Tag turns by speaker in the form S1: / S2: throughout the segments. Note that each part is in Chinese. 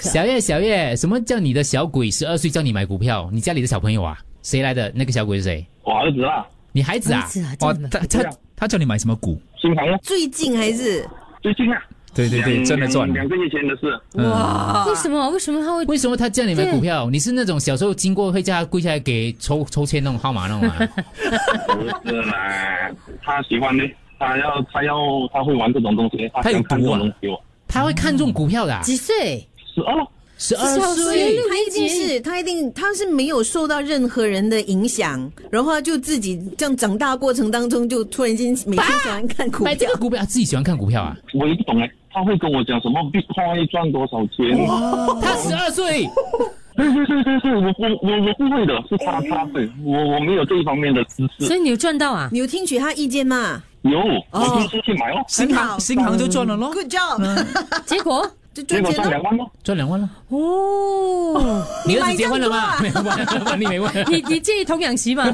S1: 小月，小月，什么叫你的小鬼十二岁叫你买股票？你家里的小朋友啊，谁来的？那个小鬼是谁？
S2: 我儿子啦，
S1: 你孩子啊
S3: 儿？子啊
S4: 哦
S3: 真的，
S4: 他
S2: 对
S4: 他
S2: 啊
S4: 他叫你买什么股？
S2: 新房咯，
S3: 最近还是
S2: 最近啊，
S4: 对对对，
S2: 两
S4: 真的赚
S2: 两两个月前的事，
S4: 嗯
S3: 哇，
S5: 为什么？为什么他会？
S1: 为什么他叫你买股票？你是那种小时候经过会叫他跪下来给抽 抽签那种号码那种啊吗？
S2: 不是啦，呃他喜欢的，他要他要他会玩这种东西，他
S4: 他有
S2: 想看这
S4: 毒啊
S2: 种东西哦，
S1: 他会看中股票的、啊，
S5: 嗯
S3: 几岁？
S2: 十二咯，
S1: 十二岁。
S3: 他一定是他一定他是没有受到任何人的影响，然后他就自己这样长大过程当中，就突然间每天喜欢看股
S1: 买哎这
S3: 票
S1: 个。股票，自己喜欢看股票啊？
S2: 我也不懂哎，他会跟我讲什么 Bitcoin 赚多少钱？
S1: 他十二岁，
S2: 对对对对 对，我我我我不会的，是他他会，我我没有这一方面的知识
S5: 所，以你有赚到 啊？
S3: 你有听取他意见吗
S2: 有，我就是去买哦，
S4: 新
S3: 很好
S4: 行新嗯行就赚了咯。
S3: ？Good job，
S5: 结果
S3: 就
S2: 结
S3: 赚
S2: 果
S3: 钱
S2: 赚
S3: 了。
S2: 两万咯，
S1: 赚两万了。
S5: 哦，
S1: 你儿子结婚了吗？没
S3: 你
S1: 有问， 你没问，
S5: 你你介意童养媳吗？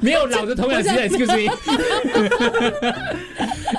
S1: 没有老的童养媳了，就是你。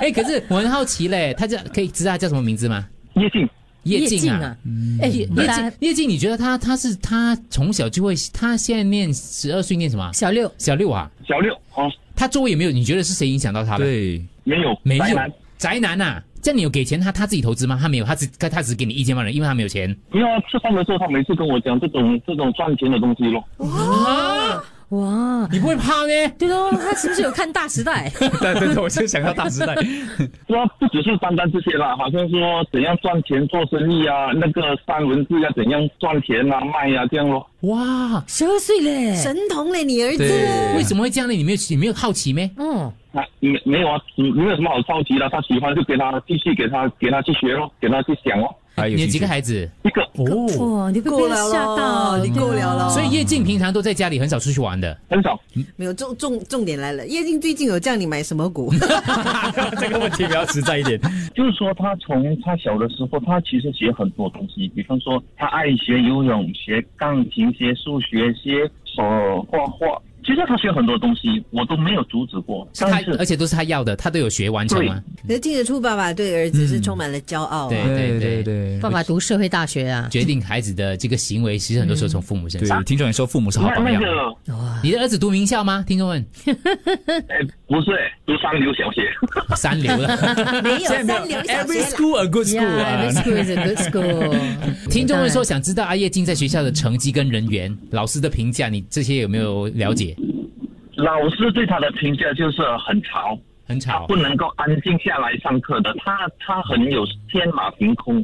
S1: 哎，可是我很好奇嘞，他叫可以知道他叫什么名字吗？
S2: 叶信，
S1: 叶静
S5: 静
S1: 啊。，
S5: 哎，
S1: 叶
S5: 叶
S1: 静
S5: 静，
S1: 叶静，你觉得他他是他从小就会，他现在念十二岁念什么？
S5: 小六，
S1: 小六啊，
S2: 小六哦，
S1: 他周围有没有？你觉得是谁影响到他的？，
S4: 对，
S2: 没有，
S1: 没有
S2: 宅男
S1: 宅男呐、啊。这样你有给钱他他自己投资吗？他没有，他只他他只给你一千万人，因为他没有钱。
S2: 因为他吃饭的时候，他每次跟我讲这种这种赚钱的东西咯，
S1: 啊，
S5: 哇，
S1: 你不会怕呢？
S5: 对喽，他是不是有看《大时代》？
S4: 对对对，我就想到大时代。
S2: 说不只是单单这些啦，好像说怎样赚钱做生意啊，那个三文治要怎样赚钱啊卖啊这样咯。
S1: 哇，
S5: 十二岁嘞，
S3: 神童嘞，你儿子
S4: 对
S1: 为什么会这样呢？你没有你没有好奇咩？
S5: 嗯，
S2: 啊，没没有啊，没有什么好着急的，他喜欢就给他继续给他给他去学咯，给他去想哦。
S4: 还 有
S1: 你有几
S4: 兴趣
S1: 个孩子？
S2: 一个
S4: 哦，
S5: 哇，你被
S3: 够
S5: 被
S3: 了
S5: 吓到，
S3: 咯，你够了咯。
S1: 所以叶静平常都在家里很少出去玩的。
S2: 很少，
S3: 没有重重重点来了，叶静最近有叫你买什么 股？
S4: 这个问题比较实在一点。
S2: 就是说他从他小的时候，他其实学很多东西，比方说他爱学游泳、学钢琴、学数学、学手画画，其实他学很多东西，我都没有阻止过。
S1: 是他
S2: 但是，
S1: 而且都是他要的，他都有学完成吗？
S3: 可是听得出爸爸对儿子是充满了骄傲
S1: 对
S3: 啊。
S1: 对对
S4: 对
S5: 爸爸读社会大学啊，
S1: 决定孩子的这个行为，其实很多时候从父母身上。
S4: 对，听众也说父母呃是好
S2: 那
S4: 榜
S2: 那
S4: 样。
S2: 个，
S1: 你的儿子读名校吗？听众 问，
S2: 哎，不是，哎读三流小学。
S1: 三流 了。
S3: 没有
S4: 现在没
S3: 三
S4: 有
S3: 流小学啦
S4: every school a good school 啊
S5: Yeah, this。school is a good school。
S1: 听众们说想知道阿叶静在学校的成绩跟人缘、老师的评价，你这些有没有了解？
S2: 老师对他的评价就是很吵，
S1: 很
S2: 他
S1: 吵
S2: 不，能够安静下来上课的，他他很有天马行空。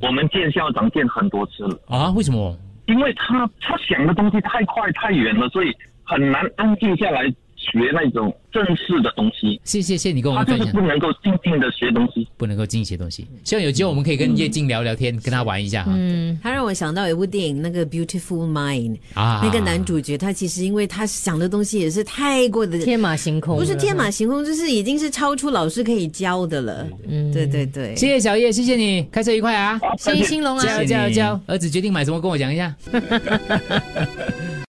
S2: 我们见校长见很多次了，
S1: 啊？为什么？
S2: 因为他他想的东西太快太远了，所以很难安静下来学那种正式的东西。
S1: 谢谢谢你跟我
S2: 他
S1: 们分
S2: 就是
S1: 享
S2: 不，能够静静的学东西。
S1: 不能够进一些东西。希望有机会我们可以跟叶静聊聊天，跟他玩一下哈。
S5: 嗯，
S3: 他让我想到有一部电影，那个《Beautiful Mind》
S1: 啊
S3: 那个男主角他其实因为他想的东西也是太过的，
S5: 天马行空，啊
S3: 不是天，马行空，就是已经是超出老师可以教的了。
S5: 嗯
S3: 对对对，
S1: 谢谢小叶，谢谢你，开车愉快啊！
S2: 啊
S5: 生意兴隆啊
S1: 加。油
S4: 谢谢
S1: 加油
S4: 你
S1: 加油！儿子决定买什么，跟我讲一下。